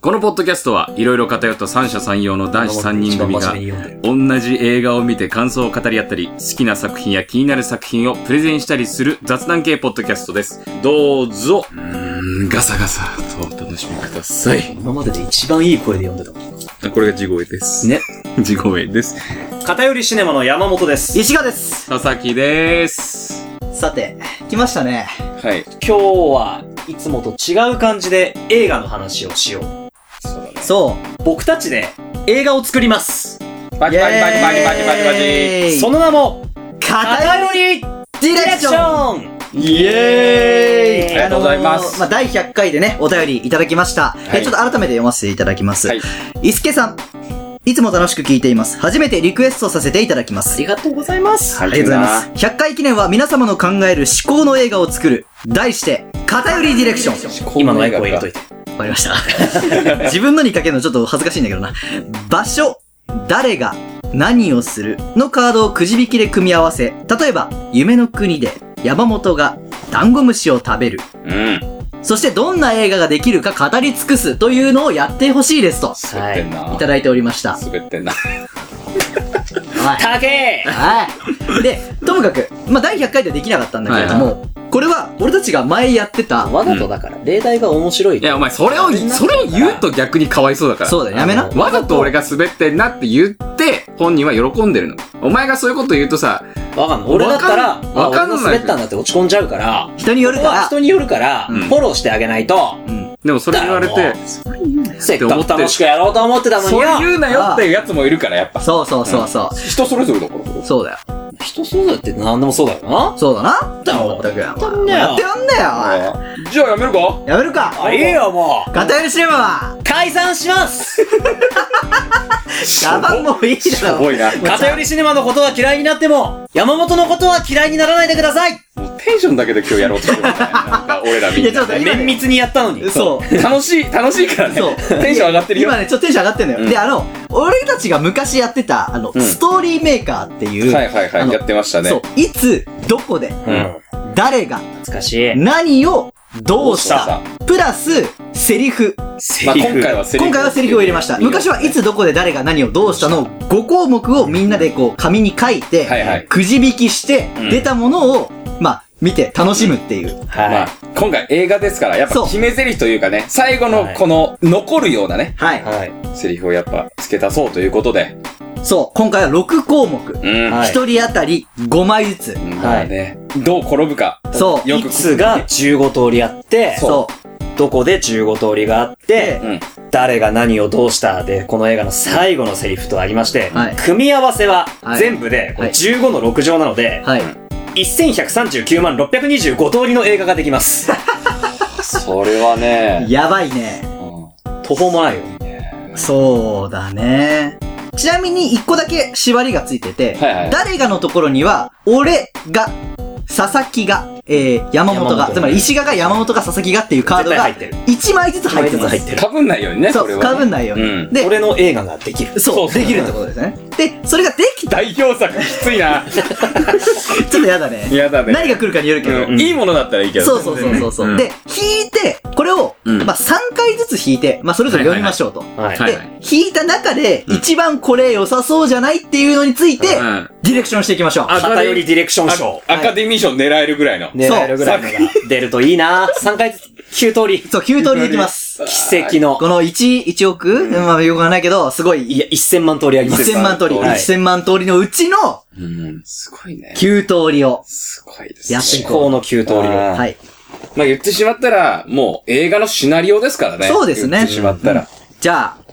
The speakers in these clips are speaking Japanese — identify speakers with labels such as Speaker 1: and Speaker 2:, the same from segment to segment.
Speaker 1: このポッドキャストはいろいろ偏った三者三様の男子3人組が同じ映画を見て感想を語り合ったり好きな作品や気になる作品をプレゼンしたりする雑談系ポッドキャストですどうぞうーんガサガサとお楽しみください
Speaker 2: 今までで一番いい声で読んでたもん
Speaker 1: あこれが地声です
Speaker 2: ね。
Speaker 1: 地声です
Speaker 3: 偏りシネマの山本です。
Speaker 2: 石賀です
Speaker 1: 佐々木です
Speaker 2: さて、来ましたね。
Speaker 1: はい
Speaker 3: 今日はいつもと違う感じで映画の話をしよう。
Speaker 1: そうだね
Speaker 2: そ
Speaker 3: 僕たちで映画を作ります。
Speaker 1: バ
Speaker 2: う。
Speaker 1: キバキバキバキバキバキバキ
Speaker 2: イェーイ
Speaker 3: その名も、
Speaker 2: 偏り
Speaker 3: りデ
Speaker 2: ディ
Speaker 3: ィ
Speaker 2: レ
Speaker 3: レク
Speaker 2: クシ
Speaker 3: シ
Speaker 2: ョン
Speaker 3: ョン
Speaker 1: イ
Speaker 3: エ
Speaker 1: ーイありがとうございます
Speaker 2: あのーまあ、第100回でね、お便りいただきました。
Speaker 1: はい
Speaker 2: えちょっと改めて読ませていただきます。
Speaker 1: はい
Speaker 2: いすけさん。いつも楽しく聞いています。初めてリクエストさせていただきます。
Speaker 3: がとうございます。
Speaker 1: あ
Speaker 2: ありがとうございます。100回記念は皆様の考える思考の映画を作る。題して、偏りディレクション。
Speaker 3: 今の猫を入れといて。
Speaker 2: わかりました。 自分のにかけるのちょっと恥ずかしいんだけどな。場所、誰が、何をするのカードをくじ引きで組み合わせ、例えば、夢の国で山本がダンゴムシを食べる。
Speaker 1: うん
Speaker 2: そしてどんな映画ができるか語り尽くすというのをやってほしいですと、
Speaker 1: 滑ってんな、
Speaker 2: いただいておりました。は
Speaker 1: 滑ってんな
Speaker 2: い。
Speaker 3: たけ
Speaker 2: はい。で、ともかく、まあ、第100回ではできなかったんだけれども、これは俺たちが前やってた、
Speaker 3: わざとだから、例題が面白い
Speaker 1: い。やお前それをそれを言うと逆にかわいそうだから
Speaker 2: そうだよ、やめな。
Speaker 1: わざと俺が滑ってんなって言って、本人は喜んでるの。お前がそういうこと言うとさ、
Speaker 3: わかんない。俺だったら、
Speaker 1: わかん
Speaker 3: あ
Speaker 1: わかんない
Speaker 3: 俺が滑ったんだって落ち込んじゃうから、
Speaker 2: 人による
Speaker 3: ここは
Speaker 2: か
Speaker 3: 人によるから、
Speaker 1: うん
Speaker 3: フォローしてあげないと、
Speaker 2: ら、うん。
Speaker 1: でもそれ言われ
Speaker 3: だ
Speaker 1: て
Speaker 3: よ、せっ
Speaker 1: って思
Speaker 3: か
Speaker 1: っ
Speaker 3: く
Speaker 1: て
Speaker 3: 楽しくやろうと思ってたのに
Speaker 1: そ
Speaker 3: よ
Speaker 1: れ言うなよっていうやつもいるから、やっぱ。
Speaker 2: そうそうそうそう。
Speaker 1: 人それぞれだから。
Speaker 2: そうだよ。
Speaker 3: 人そうだって何でもそうだよな。
Speaker 2: そうだな。
Speaker 3: だよ
Speaker 2: まったくや。
Speaker 3: んだよ
Speaker 2: やってやんだよ、
Speaker 1: じゃあやめるか
Speaker 2: おいやめるか。
Speaker 3: あ、いいよもう
Speaker 2: 片寄りシネマは、
Speaker 3: 解散します
Speaker 2: ガバンもういいだろ。
Speaker 1: いな。
Speaker 3: 偏りシネマのことは嫌いになっても、山本のことは嫌いにならないでください
Speaker 1: テンションだけで今日やろうとしてるみたいな。なんか俺らみ
Speaker 2: いやちょっと今
Speaker 3: 綿密にやったのに。
Speaker 2: そう。
Speaker 1: 楽しい、楽しいからね。
Speaker 2: そう
Speaker 1: テンション上がってるよ
Speaker 2: 今。ね、ちょっとテンション上がってんのよ。
Speaker 1: うん
Speaker 2: で、あの、俺たちが昔やってた、あの、
Speaker 1: うん
Speaker 2: ストーリーメーカーっていう、
Speaker 1: はいはい
Speaker 2: あ
Speaker 1: はい、
Speaker 2: の
Speaker 1: やってましたね。
Speaker 2: そう、いつ、どこで、
Speaker 1: うん。
Speaker 2: 誰が、
Speaker 3: 懐かしい。
Speaker 2: 何を、どうし
Speaker 1: さ
Speaker 2: た、
Speaker 1: あ、
Speaker 2: プラス、セリフ。
Speaker 3: セ
Speaker 1: まあ、今回はセリフ。
Speaker 2: 今回はセリフを入れました。昔はいつどこで誰が何をどうしたの5項目をみんなでこう紙に書いて、
Speaker 1: はいはい
Speaker 2: くじ引きして
Speaker 1: うん
Speaker 2: 出たものを、まあ見て楽しむっていう。
Speaker 1: ま
Speaker 3: は。
Speaker 1: あ、今回映画ですから、やっ
Speaker 2: そ
Speaker 1: ぱ
Speaker 2: う
Speaker 1: 決め台詞というかね、最後のこの残るようなね、
Speaker 2: はいい。
Speaker 3: はい。
Speaker 1: セリフをやっぱ付け足そうということで。
Speaker 2: そう。今回は6項目。
Speaker 1: うん
Speaker 3: はい
Speaker 2: 1人当たり5枚ずつ。
Speaker 1: まあね、どう転ぶか。
Speaker 2: そう。
Speaker 1: よ
Speaker 3: い
Speaker 1: く
Speaker 3: つが15通りあって、
Speaker 2: そう。
Speaker 3: どこで15通りがあって、
Speaker 1: うん。
Speaker 3: 誰が何をどうしたで、この映画の最後のセリフとありまして、
Speaker 2: はい
Speaker 3: 組み合わせは
Speaker 2: はい
Speaker 3: 全部でこれ
Speaker 2: はい
Speaker 3: 15の6乗なので、
Speaker 2: はい。
Speaker 3: 1139万625通りの映画ができ ます。
Speaker 1: それはね、
Speaker 2: やばいね。
Speaker 1: う
Speaker 3: 途方もないよ。
Speaker 1: んね
Speaker 2: そうだね。ちなみに1個だけ縛りがついてて、
Speaker 1: はいはい
Speaker 2: 誰がのところには、俺が、佐々木が、えー、山本
Speaker 3: 山
Speaker 2: が、
Speaker 3: 本
Speaker 2: つまり石賀が山本が佐々木がっていうカー
Speaker 3: 絶
Speaker 2: ド
Speaker 3: 対
Speaker 2: が
Speaker 3: 入ってる。
Speaker 2: 1枚ずつ入ってます。
Speaker 3: 入ってる。
Speaker 1: かぶんないようにね、
Speaker 2: そ
Speaker 1: れ
Speaker 2: う、
Speaker 1: は。
Speaker 2: かぶん
Speaker 1: ない。
Speaker 2: ないように。
Speaker 1: うん
Speaker 2: で、
Speaker 3: 俺の映画ができる。
Speaker 2: そ
Speaker 1: そう
Speaker 2: う、
Speaker 1: そう
Speaker 2: できるってことですね。で、それができた、
Speaker 1: 代表作きつい な。
Speaker 2: ちょっとやだね。
Speaker 1: 嫌だね。
Speaker 2: 何が来るかによるけど。
Speaker 1: うんいいものだったらいいけど。
Speaker 2: そうそうそうそうそう、
Speaker 1: ん
Speaker 2: で、、引いて、これを、
Speaker 1: うん
Speaker 2: まあ、3回ずつ引いて、まあ、それぞれ読みましょうと。
Speaker 3: は
Speaker 1: は
Speaker 3: い。
Speaker 1: いはい
Speaker 2: で、引いた中で、一番これ良さそうじゃないっていうのについて、
Speaker 1: うん
Speaker 2: ディレクションしていきましょう。
Speaker 1: あ
Speaker 3: 偏りディレクション賞
Speaker 1: あ。アカデミー賞狙えるぐらいの。
Speaker 3: 狙えるぐらいのが出るといいな。3回ずつ、9通り。
Speaker 2: そう、9通りでいきます。
Speaker 3: 奇跡の。
Speaker 2: この1、1億、まあ、よくはないけど、すごい、
Speaker 3: いや、1000万通りあります。
Speaker 2: 1000万通り、
Speaker 3: はい
Speaker 2: 1000万通りのうちの
Speaker 1: うん。すごいね。
Speaker 2: 9通りを。
Speaker 1: すごいで
Speaker 2: やっ
Speaker 1: す
Speaker 2: て
Speaker 1: ね。
Speaker 3: 至
Speaker 2: い
Speaker 3: 高の9通りを。
Speaker 1: あー
Speaker 2: はい。
Speaker 1: まあ言ってしまったら、もう映画のシナリオですからね。
Speaker 2: そうですね
Speaker 1: 言ってしまったら。
Speaker 2: じゃあ、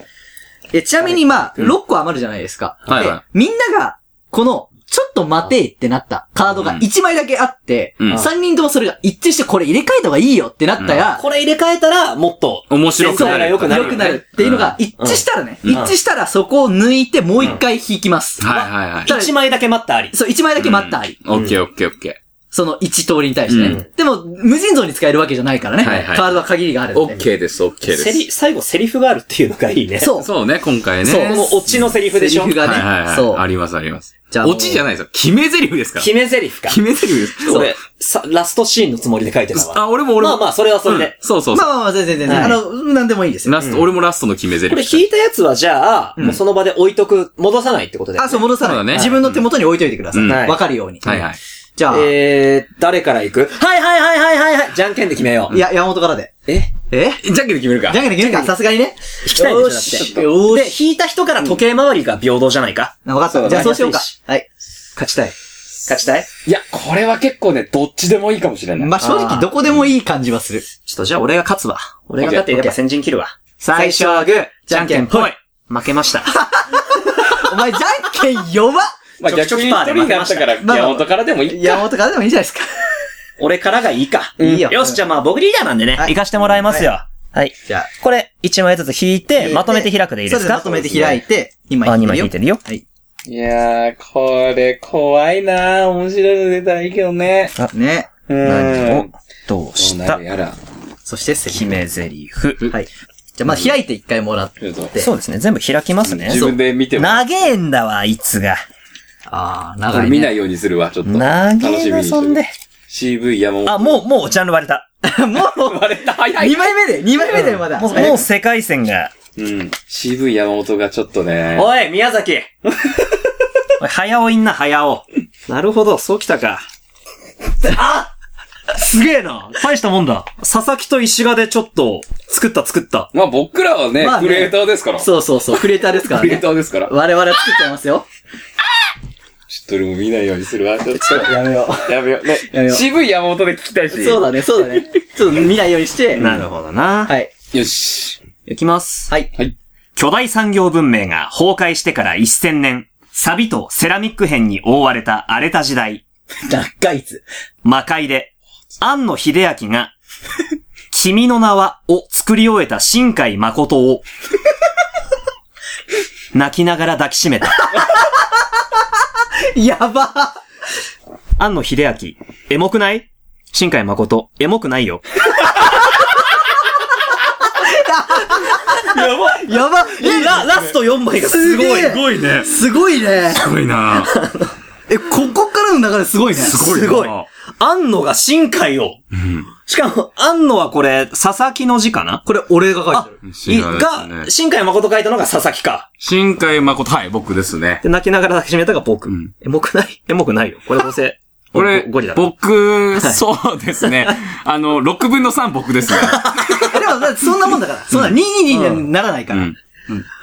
Speaker 2: え、ちなみにまあ、6個余るじゃないですか。
Speaker 1: はいはい
Speaker 2: でみんなが、この、ちょっと待てってなったカードが
Speaker 1: うん
Speaker 2: 1枚だけあって、
Speaker 1: うん
Speaker 2: 3人ともそれが一致してこれ入れ替えた方がいいよってなったら、
Speaker 3: これ入れ替えたら、もっと、
Speaker 1: 面白くなる。
Speaker 3: 良くな
Speaker 2: 良
Speaker 3: る
Speaker 2: くなるっていうのが一致したらね、
Speaker 1: うん
Speaker 2: 一致したらそこを抜いてもう一回引きます。
Speaker 1: はいはいはい。
Speaker 2: ただ
Speaker 3: 1枚だけ待ったあり。
Speaker 2: そう、1枚だけ待ったあり。
Speaker 1: うん。オッケーオッケーオッケ
Speaker 2: その一通りに対してね。
Speaker 1: うん
Speaker 2: でも、無尽蔵に使えるわけじゃないからね。
Speaker 1: はいはい
Speaker 2: カードは限りがあるんで
Speaker 1: オッケーです、オッケーで
Speaker 3: セリ、
Speaker 1: す。
Speaker 3: 最後セリフがあるっていうのがいいね。
Speaker 2: そう。
Speaker 1: そうね、今回ね。
Speaker 3: そう。このオチのセリフでしょ
Speaker 2: セリフがね
Speaker 1: はいはいはい。
Speaker 2: そう
Speaker 1: ありますあります。
Speaker 2: じゃあもう
Speaker 1: オチじゃないですよ。決め台詞ですから。
Speaker 3: 決めセリフか。
Speaker 1: 決め台詞です。
Speaker 3: 俺、さ、ラストシーンのつもりで書いてたわ。
Speaker 1: あ、俺も俺
Speaker 3: ま
Speaker 1: も。
Speaker 3: あまあ、それはそれ
Speaker 1: うん
Speaker 3: で。
Speaker 1: そうそう
Speaker 2: ま
Speaker 1: そ
Speaker 2: あ
Speaker 1: う。
Speaker 2: まあまあ、全然全然。
Speaker 3: はい
Speaker 2: あの、なんでもいいですよ。
Speaker 1: ラスト、俺もラストの決め台詞。
Speaker 3: これ引いたやつはじゃあ、
Speaker 2: うん
Speaker 3: もうその場で置いとく、戻さないってことで。
Speaker 2: あ、そう、戻さ
Speaker 1: そうだ
Speaker 2: ない。
Speaker 1: ね
Speaker 2: 自分の手元に置いといてくださ
Speaker 1: うん
Speaker 2: い。
Speaker 3: はい
Speaker 2: わかるように。
Speaker 1: はいはい。
Speaker 2: じゃあ、
Speaker 3: えー、誰から行くはいはいはいはいはいはい。じゃんけんで決めよう。
Speaker 2: いや、山本からで。
Speaker 3: え
Speaker 2: え
Speaker 1: じゃんけんで決めるか
Speaker 2: じゃ。んけんできるかさすがにね。
Speaker 3: 引きたい
Speaker 2: よ
Speaker 3: で
Speaker 2: ー
Speaker 3: しょ、だっ。
Speaker 2: してよー
Speaker 3: で、引いた人から時計回りが平等じゃないか。
Speaker 2: なわかっ
Speaker 4: そ
Speaker 2: た。
Speaker 4: う
Speaker 2: じゃあそうしようか
Speaker 3: やりやす。
Speaker 2: はい。勝ちたい。
Speaker 3: 勝ちたい
Speaker 4: いや、これは結構ね、どっちでもいいかもしれない。
Speaker 2: まあ、正直どこでもいい感じはする。
Speaker 3: ちょっとじゃあ俺が勝つわ。俺が
Speaker 4: OK
Speaker 3: だってやっぱ先陣切るわ。
Speaker 2: 最初はグー、じゃんけんぽい。
Speaker 3: 負けました。
Speaker 2: お前、じゃんけん弱っ
Speaker 4: まあ、
Speaker 3: ちょくちょ
Speaker 4: 逆
Speaker 3: く
Speaker 4: に
Speaker 3: パー
Speaker 4: 一
Speaker 3: で
Speaker 4: 人
Speaker 3: 負
Speaker 4: に
Speaker 3: け
Speaker 4: な
Speaker 3: ま
Speaker 4: っ
Speaker 3: した
Speaker 4: たから、
Speaker 2: まあ
Speaker 4: 山本からでもいい。
Speaker 2: 山本からでもいいじゃないですか。
Speaker 3: 俺からがいいか。
Speaker 2: いいよ。
Speaker 3: よし、じゃあまあ僕リーダーなんでね、
Speaker 2: はい
Speaker 3: 行かしてもらいますよ。はい。
Speaker 2: じゃあ、
Speaker 3: これ、1枚ずつ引いて、
Speaker 2: で
Speaker 3: まとめて開くでいいですか
Speaker 2: そうまとめて開いて、2枚
Speaker 3: あ、2枚引
Speaker 2: 引い
Speaker 3: い
Speaker 2: て
Speaker 3: て
Speaker 2: る
Speaker 3: る
Speaker 2: よ。
Speaker 3: よ。
Speaker 2: はい。
Speaker 4: いやー、これ怖いなー。面白いの出たらいいけどね。
Speaker 2: ね。
Speaker 4: う
Speaker 3: 何
Speaker 4: ー
Speaker 3: を
Speaker 4: ん。
Speaker 3: どう
Speaker 4: どう
Speaker 3: し
Speaker 4: な
Speaker 3: た
Speaker 4: るやら。
Speaker 2: そして、セ
Speaker 3: 決
Speaker 2: リ
Speaker 3: め台詞。
Speaker 2: フ。はい。じゃあ、まあ、開いて1回もらっ
Speaker 4: ちょ
Speaker 2: て。
Speaker 4: っと
Speaker 3: そうですね、全部開きますね。
Speaker 4: 自分で見ても、
Speaker 3: 長えんだわ、あいつが。
Speaker 2: あー、
Speaker 4: こ
Speaker 2: 長
Speaker 4: れ
Speaker 2: い
Speaker 4: 見
Speaker 2: ね。
Speaker 4: ないようにするわ、ちょっと。
Speaker 3: 長えな、そんで。
Speaker 4: CV 山本。
Speaker 3: あ、もう、もう、ジャンル割れた。
Speaker 2: もう、
Speaker 4: 割れた、早い。
Speaker 2: 2枚目で、2枚目でまだ。
Speaker 3: もう、もう世界線が。
Speaker 4: うん。CV 山本がちょっとね。
Speaker 3: おい、宮崎 おい早尾いんな、早尾。なるほど、そうきたか。あすげえな。大したもんだ。佐々木と石川でちょっと、作った作った。
Speaker 4: まあ僕らはね
Speaker 2: まあ、ね
Speaker 4: クリエイターですから。
Speaker 2: そうそうそう、クリエイターですから
Speaker 4: クリエイ
Speaker 2: ね。
Speaker 4: ターですから。ちょっ
Speaker 2: 我々は作っちゃいますよ。
Speaker 4: と俺も見ないようにするわ。ちょっと。
Speaker 2: やめよう。
Speaker 4: やめよう。ね
Speaker 2: やめよう
Speaker 4: CV 山本で聞きたいし。
Speaker 2: そうだね、そうだね。ちょっと見ないようにして。
Speaker 3: なるほどな。
Speaker 2: はい。
Speaker 4: よし。
Speaker 3: いきます。
Speaker 2: はい。
Speaker 4: はい。
Speaker 3: 巨大産業文明が崩壊してから1000年、サビとセラミック片に覆われた荒れた時代、
Speaker 2: 脱会図。
Speaker 3: 魔界で、庵野秀明 が、君の名はを作り終えた新海誠 を、泣きながら抱きしめた。
Speaker 2: やばー
Speaker 3: 庵野秀明、エモくない新海誠、エモくないよ。
Speaker 4: やばい
Speaker 2: やばえ、ラ、ラスト4枚がすごい
Speaker 1: すごいね。
Speaker 2: すごいね
Speaker 1: すごいな
Speaker 2: え、ここからの流れすごいね
Speaker 1: すごいな
Speaker 3: すごい。庵野が新海を。しかも、庵野はこれ、佐々木の字かな
Speaker 2: これ俺が書いてる。
Speaker 1: 新海ですね
Speaker 3: が、新海誠書いたのが佐々木か。
Speaker 1: 新海誠、はい、僕ですね。
Speaker 3: で、泣きながら抱きしめたが僕。
Speaker 1: うん
Speaker 3: エモくないエ モくないよ。これどうせ、
Speaker 1: これ、
Speaker 3: ゴゴリラだ。
Speaker 1: 僕、そうですね。あの、6分の3僕ですね。
Speaker 2: えでも、だってそんなもんだから。そんな、2、2にならないか
Speaker 1: う
Speaker 2: ら
Speaker 1: ん。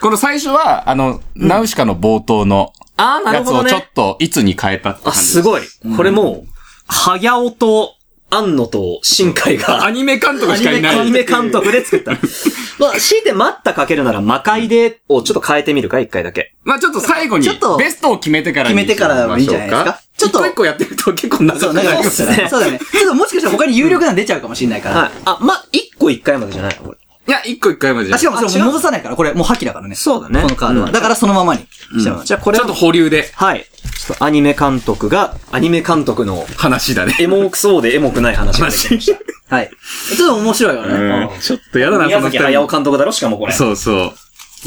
Speaker 1: この最初は、あの、ナウシカの冒頭の
Speaker 3: ああ、な
Speaker 1: や
Speaker 3: る
Speaker 1: つ
Speaker 3: ほど
Speaker 1: をちょっ
Speaker 3: ね。
Speaker 1: と、いつに変えたって感
Speaker 3: あ、
Speaker 1: じ。
Speaker 3: すごい。これもう、早尾と、庵野と新海が、
Speaker 1: アニメ監督しかいない。
Speaker 3: アニメ監督で作った。 まあ、強いて待ったかけるなら、魔界でをちょっと変えてみるか、一回だけ。
Speaker 1: まあちょっと最後に
Speaker 2: ちょっと、
Speaker 1: ベストを決めてからに
Speaker 2: 決めてからもいいんじゃないですか
Speaker 1: しましょう
Speaker 2: ちょっと
Speaker 1: 一個一個やってると結構長
Speaker 2: そう、
Speaker 1: く
Speaker 2: な
Speaker 1: なんり
Speaker 2: か
Speaker 1: ま
Speaker 2: そ
Speaker 1: す
Speaker 2: うだ
Speaker 1: ね。
Speaker 2: ね。そうだね。ちょっともしかしたら他に有力なの出ちゃうかもしれないから。
Speaker 3: はい。あ、まあ、一個一回までじゃないのこれ
Speaker 1: いや、一個一回までじゃ
Speaker 2: あ、
Speaker 1: ん。
Speaker 2: し
Speaker 1: ちょ
Speaker 2: かもそれも戻さないから、これもう破棄だからね。
Speaker 3: そうだね
Speaker 2: このカード
Speaker 3: う
Speaker 2: は。
Speaker 3: ん
Speaker 2: だからそのままにしてもらう。
Speaker 3: じゃあこれ
Speaker 1: っと保留で
Speaker 3: はい。ちょっとアニメ監督が、アニメ監督の、
Speaker 1: 話だね。
Speaker 3: エモくそうでエモくない話ができました。
Speaker 2: はい。ちょっと面白いよね。
Speaker 1: ちょっとやだな、
Speaker 3: 宮
Speaker 1: この
Speaker 3: 崎
Speaker 1: 二
Speaker 3: 駿
Speaker 1: 人。
Speaker 3: 監督だろしかもこれ。
Speaker 1: そうそ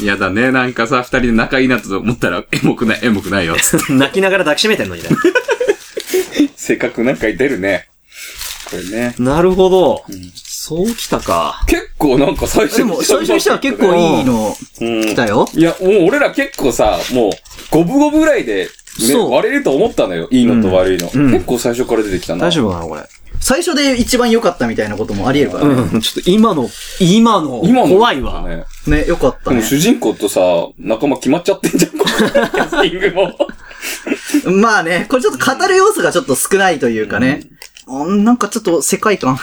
Speaker 1: う。やだね、なんかさ、二人で仲いいなと思ったら、エモくない、エモくないよ。
Speaker 3: 泣きながら抱きしめてんのにね。
Speaker 4: せっかくなんか出るね。これね。
Speaker 3: なるほど。そうきたか。
Speaker 4: 結構なんか最初
Speaker 2: でも、最初にしては結構いいの
Speaker 4: うん
Speaker 2: 来たよ。
Speaker 4: いや、もう俺ら結構さ、もう、五分五分ぐらいで、ね、
Speaker 2: そう
Speaker 4: 割れると思ったのよ。いいのと悪いの。
Speaker 3: ん
Speaker 4: 結構最初から出てきたな。
Speaker 3: 大丈夫かなこれ。
Speaker 2: 最初で一番良かったみたいなこともあり得るからね。
Speaker 3: うん。ちょっと今の、今の、
Speaker 4: 今の
Speaker 3: 怖いわ。
Speaker 4: ね
Speaker 2: ね、良かった
Speaker 4: でも
Speaker 2: ね。
Speaker 4: 主人公とさ、仲間決まっちゃってんじゃん、これキャスティング も。
Speaker 2: まあね、これちょっと語る要素がちょっと少ないというかね。うんなんかちょっと世界観。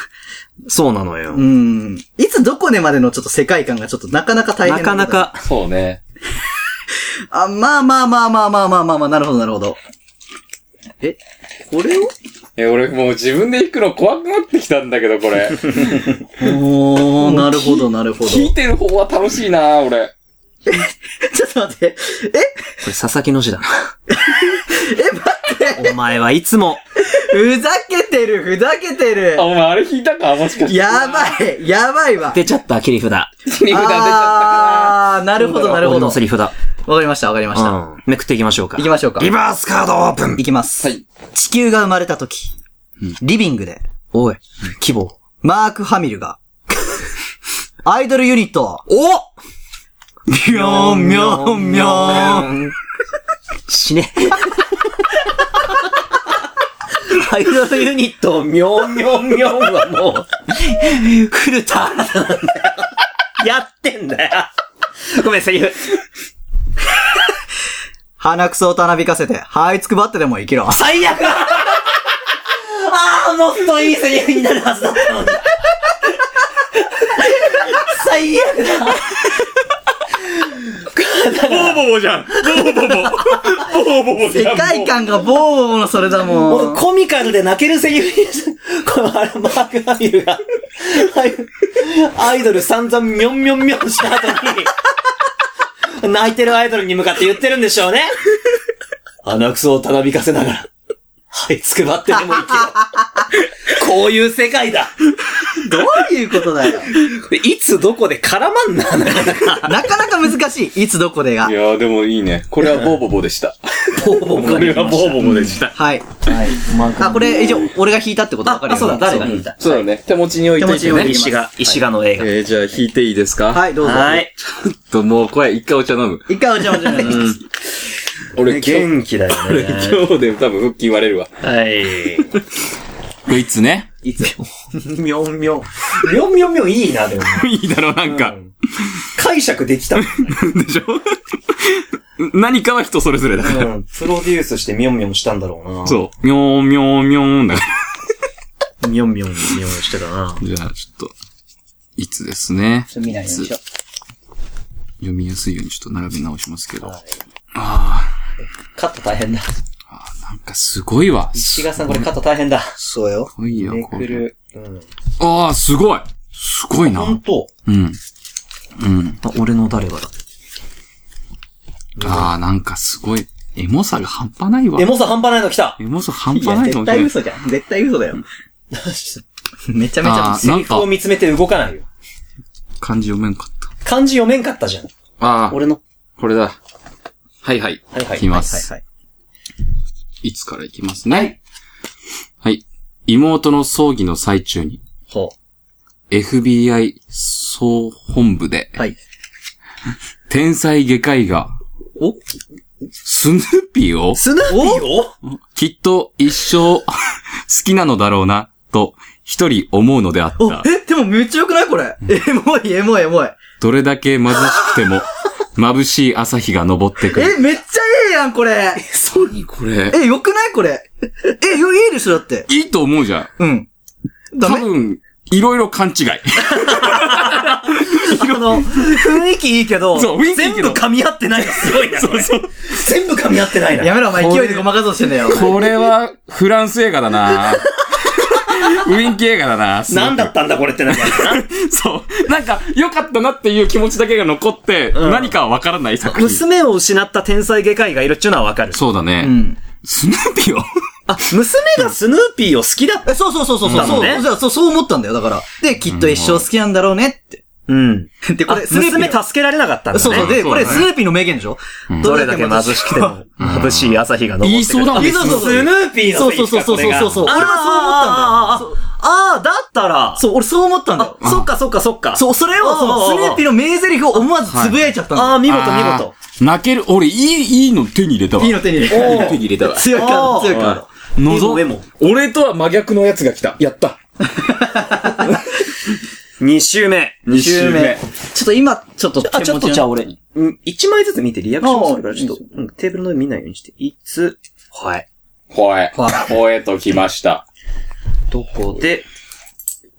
Speaker 3: そうなのよ
Speaker 2: う。ん。いつどこでまでのちょっと世界観がちょっとなかなか大変
Speaker 3: なかな
Speaker 2: こと
Speaker 3: か、
Speaker 4: そうね。
Speaker 2: だ。あ、まあまあまあまあまあまあまあまあ、なるほどなるほど。え、これを
Speaker 4: え、俺もう自分で行くの怖くなってきたんだけど、これ。
Speaker 2: おー、なるほどなるほど。
Speaker 4: 聞いてる方は楽しいな俺。
Speaker 2: ちょっと待って。え
Speaker 3: これ佐々木の字だな。
Speaker 2: え、待
Speaker 3: お前はいつも。
Speaker 2: ふざけてる、ふざけてる
Speaker 4: あ、。お前あれ引いたかもしかして。
Speaker 2: やばい、やばいわ。
Speaker 3: 出ちゃった、切り札。
Speaker 4: 切り札出ちゃったか
Speaker 2: あー、なるほど、なるほ
Speaker 3: 俺
Speaker 2: ど。
Speaker 3: の
Speaker 2: わ
Speaker 3: セリフだ。
Speaker 2: かりました、わかりました。
Speaker 3: うん。めくっていきましょうか。
Speaker 2: 行きましょうか
Speaker 3: リバースカードオープン
Speaker 2: いきます。
Speaker 4: はい
Speaker 2: 地球が生まれた時、リビングで、おい、希望、マーク・ハミルが、アイドルユニット、おみょんみょんみょん。
Speaker 3: 死ね。
Speaker 2: アイドルユニット、みょんみょんみょんはもう、古田新太なんだよ。
Speaker 3: やってんだよ。ごめん、セリフ。
Speaker 2: 鼻くそをたなびかせて、這いつくばってでも生きろ。
Speaker 3: 最悪だああ、もっといいセリフになるはずだったのに。最悪だ
Speaker 1: ボーボーじゃんボーボーボーボーボーボー
Speaker 2: 世
Speaker 1: じゃん
Speaker 2: 界観がボーボーボーのそれだもん。
Speaker 3: コミカルで泣けるセリフにしたこのあれ、マーク・ハミルが、アイドル散々ミョンミョンミョンした後に、泣いてるアイドルに向かって言ってるんでしょうね。鼻くそをたなびかせながら、はいつくばってでも生きろ。こういう世界だ。
Speaker 2: どういうことだよ。
Speaker 3: いつどこで絡まんな、
Speaker 2: なかなか難しい。いつどこでが
Speaker 4: ら。い。やーでもいいね。これはボーボボでした。
Speaker 3: ボーボー
Speaker 1: これはボーボーボーでした。
Speaker 2: はい。あ、これ、一応、俺が引いたってことわかるよ
Speaker 3: あそうだ誰が引いた
Speaker 4: そうだね。手持ちに置いて
Speaker 2: 手持ちに置いて
Speaker 3: 石が、石がの映画。
Speaker 4: えー、じゃあ引いていいですか
Speaker 2: はい、どうぞ。
Speaker 3: はい。
Speaker 1: と、もう怖い。一回お茶飲む。
Speaker 2: 一回お邪魔します。
Speaker 4: 俺今日、
Speaker 3: 気だよ
Speaker 4: 俺。今日で多分復帰言われるわ。
Speaker 3: はい。
Speaker 1: いつね。
Speaker 2: いつ
Speaker 3: みょんみょん。みょんみょんみょんいいな、でも。
Speaker 1: いいだろう、なんか。
Speaker 3: 解釈できた。
Speaker 1: でしょ何かは人それぞれだから。
Speaker 3: うん。プロデュースしてみょんみょんしたんだろうな。
Speaker 1: そう。みょーんみょーんみょーんだか
Speaker 3: う。みょんみょんみょんしてたな。
Speaker 1: ら。じゃあ、ちょっと、いつですね。
Speaker 2: 見ないようにしよ
Speaker 1: 読みやすいようにちょっと並べ直しますけど。
Speaker 3: カット大変だ。
Speaker 1: なんかすごいわ。す
Speaker 3: 石川さんこれカット大変だ。
Speaker 2: う。そうよ。
Speaker 1: ごいよ、
Speaker 4: め
Speaker 1: こ
Speaker 4: く
Speaker 1: れ。
Speaker 4: る。
Speaker 1: ああ、すごいすごいな。
Speaker 3: 本当
Speaker 1: うん。うん。
Speaker 3: あ、俺の誰がだ。
Speaker 1: ああ、なんかすごい。エモさが半端ないわ。
Speaker 3: エモさ半端ないの来た
Speaker 1: エモさ半
Speaker 2: い
Speaker 1: 端
Speaker 2: や、
Speaker 1: ないか
Speaker 2: 絶
Speaker 1: もしれ
Speaker 2: 対
Speaker 1: ない。
Speaker 2: 嘘じゃん。絶対嘘だよ。めちゃめちゃ
Speaker 1: ああ、
Speaker 2: 嘘。
Speaker 1: なんか
Speaker 3: こう、見つめて動かないよ。
Speaker 1: 漢字読めんかっ
Speaker 3: 漢字読めんかったじゃん。
Speaker 1: た。ああ、
Speaker 3: 俺の。
Speaker 1: これだ。はいはい。
Speaker 3: はいはい
Speaker 1: きま
Speaker 2: はい
Speaker 1: す。
Speaker 2: はい。
Speaker 1: いつからいきますね。はい。妹の葬儀の最中に、
Speaker 2: ほ
Speaker 1: FBI 総本部で
Speaker 2: う。、はい。
Speaker 1: 天才外科医が、
Speaker 2: お
Speaker 1: スヌーピーを、
Speaker 3: スヌーピーを
Speaker 1: きっと一生好きなのだろうな、と、一人思うのであっ
Speaker 2: お
Speaker 1: た。
Speaker 2: え、でもめっちゃ良くないこれ。エモい、エモい、エモい。
Speaker 1: どれだけ貧しくても、眩しい朝日が昇ってくる。
Speaker 2: え、めっちゃええやん、これ。
Speaker 1: 何これ
Speaker 2: え、良くないこれ。え、よ、いいでしょ、だって。
Speaker 1: いいと思うじゃん。
Speaker 2: うん。ダ
Speaker 1: 多
Speaker 2: メ
Speaker 1: 分、いろいろ勘違い。
Speaker 2: あ の、雰囲気いいけど、
Speaker 1: そう、ウィンキーけど。
Speaker 3: 噛み合ってないのすごいな。そうそう。全部噛み合ってないな。
Speaker 2: やめろ、お前勢いでごまかそうしてんだよ。
Speaker 1: これは、フランス映画だなウィンキー映画だなすごく
Speaker 3: なんだったんだこれってなんかな。
Speaker 1: そう。なんか、良かったなっていう気持ちだけが残って、何かはわからない作品。
Speaker 3: 娘を失った天才外科医がいるっていうのはわかる。
Speaker 1: そうだね。
Speaker 2: うん。
Speaker 1: スヌーピーを
Speaker 3: あ、娘がスヌーピーを好きだっ
Speaker 2: え、そうそうそうそうそう。
Speaker 3: だもんね
Speaker 2: そう、そう、そう思ったんだよ、だから。で、きっと一生好きなんだろうねって。
Speaker 3: うん。
Speaker 2: で、こ
Speaker 3: あ
Speaker 2: れ、スヌーピー
Speaker 3: 娘
Speaker 2: の
Speaker 3: 助けられなかったんだね。
Speaker 2: そうそう。で、
Speaker 1: そうだね
Speaker 2: これ、スヌーピーの名言でしょ
Speaker 3: どれだけ貧しくても、眩しい朝日が昇ってくる。
Speaker 1: 言いそうだもん
Speaker 2: い
Speaker 1: ね。
Speaker 2: いそうそうそう
Speaker 3: スヌーピーの
Speaker 2: そうそうそうそうそうそう。
Speaker 3: あ
Speaker 2: 俺はそう思ったん
Speaker 3: あー
Speaker 2: だよ。
Speaker 3: あー、あーあーあー、だったら、
Speaker 2: そう、俺そう思ったんだよ。
Speaker 3: あ、そっかそっかそっか。
Speaker 2: そう、それを、そ
Speaker 3: あ
Speaker 2: の
Speaker 3: あ
Speaker 2: スヌーピーの名台詞を思わずつぶやいちゃったんだ
Speaker 3: あ
Speaker 2: よ。
Speaker 3: あ、見事見事。
Speaker 1: 事。泣ける。俺、いい、いいの手に入れたわ。
Speaker 2: いいの手に入れ
Speaker 1: いいの手に入れたわ。
Speaker 2: 強いカード、
Speaker 3: あー
Speaker 2: 強いカード。
Speaker 1: の
Speaker 3: いいの上も
Speaker 1: 俺とは真逆のやつが来た。やった。
Speaker 3: 2周目。
Speaker 1: 2
Speaker 2: 9名。ちょっと今、ちょっと、
Speaker 3: あ、ちょっとじゃあ俺、1枚ずつ見てリアクションするから、
Speaker 2: あー
Speaker 3: ちょっと、うんテーブルの上見ないようにして。いつ、はい。
Speaker 4: ほえ
Speaker 2: ほえ。
Speaker 4: ほえと来ました。
Speaker 3: どこで、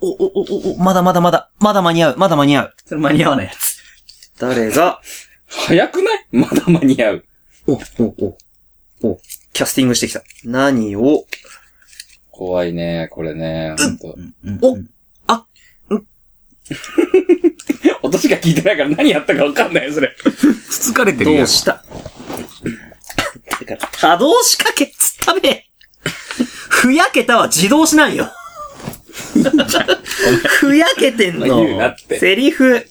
Speaker 3: お、お、お、お、お、まだまだまだ、まだ間に合う、まだ間に合う。
Speaker 2: それ間に合わないやつ。
Speaker 3: 誰が、
Speaker 4: 早くないまだ間に合う。
Speaker 3: お、お、お、お、キャスティングしてきた。何を、
Speaker 4: 怖いね、これね。ほんと。
Speaker 3: お、
Speaker 4: 音しか聞いてないから何やったかわかんないよ、それ。
Speaker 1: つつかれてる
Speaker 3: ど
Speaker 1: や。
Speaker 3: うんしただから、多動仕掛けっつっ
Speaker 2: 食べ
Speaker 3: ふやけたは自動し ないよ。
Speaker 2: ふやけてんの。
Speaker 1: 言うなって
Speaker 3: セリフ。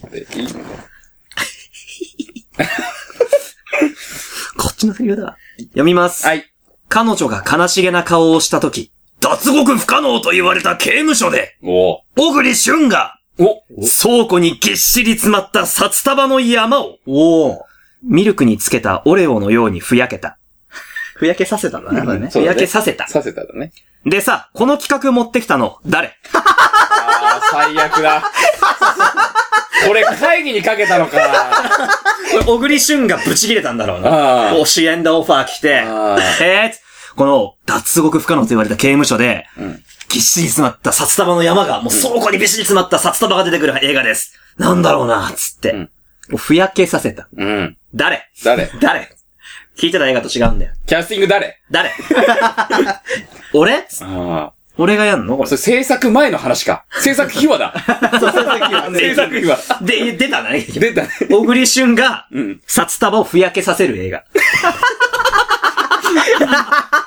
Speaker 2: こっちのセリフだ。
Speaker 3: 読みます。
Speaker 1: はい。
Speaker 3: 彼女が悲しげな顔をしたとき、脱獄不可能と言われた刑務所で、
Speaker 1: お
Speaker 3: 小栗旬が、
Speaker 1: お
Speaker 3: 倉庫にぎっしり詰まった札束の山を、
Speaker 2: おお。
Speaker 3: ミルクにつけたオレオのようにふやけた。
Speaker 2: ふやけさせたんだね、これね。
Speaker 1: そう
Speaker 3: ふ
Speaker 1: だね
Speaker 3: やけさせた。
Speaker 1: させただね。
Speaker 3: でさ、この企画持ってきたの、誰
Speaker 1: ああ、最悪 だ。これ会議にかけたのか。
Speaker 3: 小栗旬がブチ切れたんだろうな。
Speaker 1: あ
Speaker 3: 教えんだオファー来て、
Speaker 1: あー
Speaker 3: えーつこの、脱獄不可能と言われた刑務所で、
Speaker 1: うん
Speaker 3: ぎっしり詰まった札束の山が、もう倉庫にびっしり詰まった札束が出てくる映画です。なんだろうな、つって。
Speaker 1: うん
Speaker 3: もうふやけさせた。
Speaker 1: うん。
Speaker 3: 誰
Speaker 1: 誰
Speaker 3: 誰聞いてた映画と違うんだよ。
Speaker 1: キャスティング誰
Speaker 3: 誰俺
Speaker 1: あ
Speaker 3: 俺がやんのこ
Speaker 1: あ。それ制作前の話か。制作秘話だ。制作秘話。
Speaker 3: れ。で、出たね。
Speaker 1: 出たね。
Speaker 3: 小栗旬が、
Speaker 1: うん。
Speaker 3: 札束をふやけさせる映画。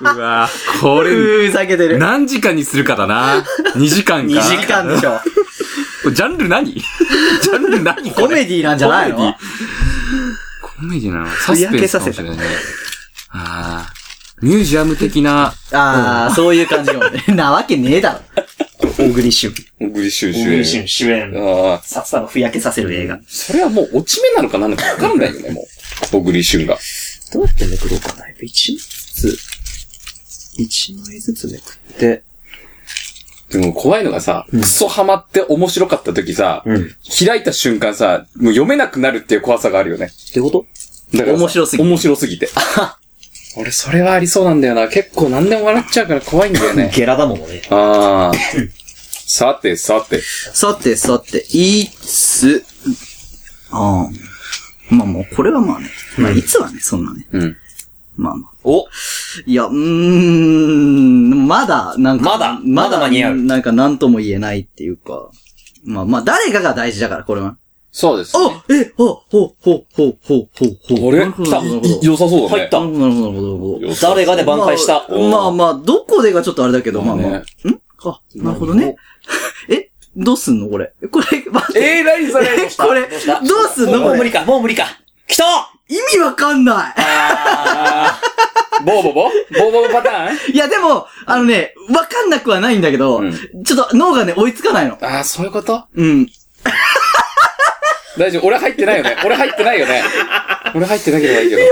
Speaker 5: うわこれ、
Speaker 2: ふざけてる。
Speaker 5: 何時間にするかだな。2時間か。
Speaker 2: 2時間でしょ。
Speaker 5: ジャンル何 ジャンル何
Speaker 2: コメディなんじゃないの
Speaker 5: コメディなのサスペンスかもしれないね。ああ。ミュージアム的な、
Speaker 2: ああ、そういう感じかもね。 なわけねえだろ。
Speaker 3: 小栗旬。
Speaker 1: グリッシュ
Speaker 3: 小
Speaker 1: 主
Speaker 3: 栗
Speaker 1: 演
Speaker 3: 旬。主演。
Speaker 1: ああ。
Speaker 3: 札束をふやけさせる映画。
Speaker 1: それはもう落ち目なのか何なのかわからないよね、もう。小栗旬が。
Speaker 3: どうやってめくろうかな ?1 枚ずつ、1枚ずつめくって。
Speaker 1: でも怖いのがさ、クソハマって面白かった時さ、
Speaker 3: うん。
Speaker 1: 開いた瞬間さ、もう読めなくなるっていう怖さがあるよね。
Speaker 3: ってこと
Speaker 1: だからさ
Speaker 2: 面白すぎて
Speaker 1: 面白すぎて。俺、それはありそうなんだよな。結構何でも笑っちゃうから怖いんだよね。
Speaker 3: ゲラだもんね。
Speaker 1: ああ。さて、さて。
Speaker 2: さてさて、いつ、ああ。まあもう、これはまあね。まあ、いつはね、そんなね。
Speaker 1: うん。
Speaker 2: まあまあ。
Speaker 3: お
Speaker 2: いや、うーん、まだ、なんか。
Speaker 3: まだまだ間に合う
Speaker 2: なんか、なんとも言えないっていうか。まあまあ、誰かが大事だから、これは。
Speaker 1: そうです。
Speaker 2: あえほほほほほほほ
Speaker 1: あれ
Speaker 2: なるほ
Speaker 1: 来
Speaker 2: ど
Speaker 1: た。
Speaker 2: なるほど
Speaker 1: い良さそうだね。
Speaker 3: 入った
Speaker 2: なるほど、なるほど、なるほど。
Speaker 1: 良さそう。
Speaker 3: 誰がで挽回した。
Speaker 2: まあまあまあ、どこでがちょっとあれだけど、まあまあ。
Speaker 1: まあ
Speaker 2: ん
Speaker 1: ね
Speaker 2: あ、なるほどね。えどうすんのこれ。これ、待って。
Speaker 1: えー、何 それ
Speaker 2: えこれ、どうすんの
Speaker 3: も
Speaker 2: こ
Speaker 3: う無
Speaker 2: れ
Speaker 3: 理。か、もう無理か。来た
Speaker 2: 意味わかんない。
Speaker 1: あーボーボボボーボボパターン
Speaker 2: いや、でも、あのね、わかんなくはないんだけど、
Speaker 1: うん
Speaker 2: ちょっと脳がね、追いつかないの。
Speaker 1: ああ、そういうこと
Speaker 2: うん。
Speaker 1: 大丈夫。俺入ってないよね。俺入ってないよ ね。俺入ってなければいいけど。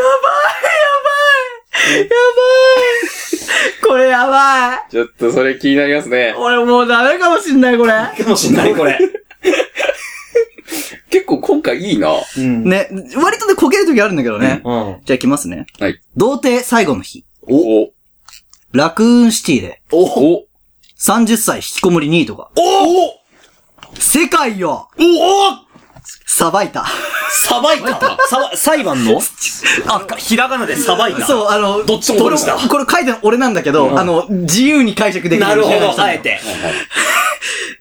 Speaker 2: これやばい。
Speaker 1: ちょっとそれ気になりますね。
Speaker 2: 俺もうダメかもしんない、これ。
Speaker 3: かもしんない、これ。
Speaker 1: 結構今回いいな。
Speaker 3: うん。
Speaker 2: ね、割とね、こけるときあるんだけどね。
Speaker 3: うん。
Speaker 2: じゃあ行きますね。
Speaker 1: はい。
Speaker 2: 童貞最後の日。
Speaker 1: お、
Speaker 2: ラクーンシティで、
Speaker 1: お、お、
Speaker 2: 30歳引きこもりニートが、
Speaker 3: おお
Speaker 2: 世界よ
Speaker 3: お
Speaker 2: さばいた。
Speaker 3: さばいたさば、裁判のあ、ひらがなでさばいた。
Speaker 2: そう、あの、
Speaker 3: どっちもどっちだ
Speaker 2: これこれ書いてるの俺なんだけど、あの、自由に解釈できる
Speaker 3: なるほ
Speaker 2: みたい
Speaker 3: ど、
Speaker 2: な
Speaker 3: あえて。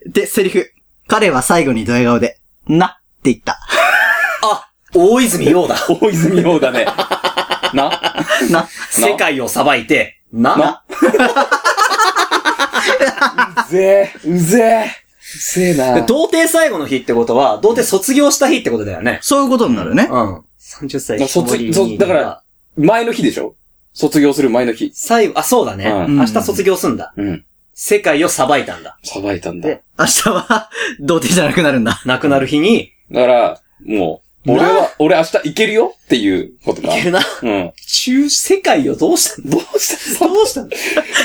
Speaker 2: で、セリフ。彼は最後にドヤ顔で、なって言った。
Speaker 3: あ、大泉洋だ。
Speaker 1: 大泉洋だね。 な
Speaker 2: な。
Speaker 3: 世界をさばいて、な。
Speaker 1: うぜえ、うぜえ。うぜえな。
Speaker 3: 童貞最後の日ってことは、童貞卒業した日ってことだよね。
Speaker 2: そういうことになるね。
Speaker 3: うん。30歳
Speaker 1: まあ卒卒だから、前の日でしょ卒業する前の日。
Speaker 3: 最後、あ、そうだね。
Speaker 1: うん
Speaker 3: 明日卒業すんだ。
Speaker 1: うん。
Speaker 3: 世界をさばいたんだ。
Speaker 1: さばいたんだ。
Speaker 3: で
Speaker 2: 明日は、童貞じゃなくなるんだ。
Speaker 3: 亡くなる日に、
Speaker 1: だから、もう、俺は、俺明日行けるよっていうことか。
Speaker 3: いけるな。
Speaker 1: うん。
Speaker 3: 中、世界をどうしたんだどうしたどうしたんだ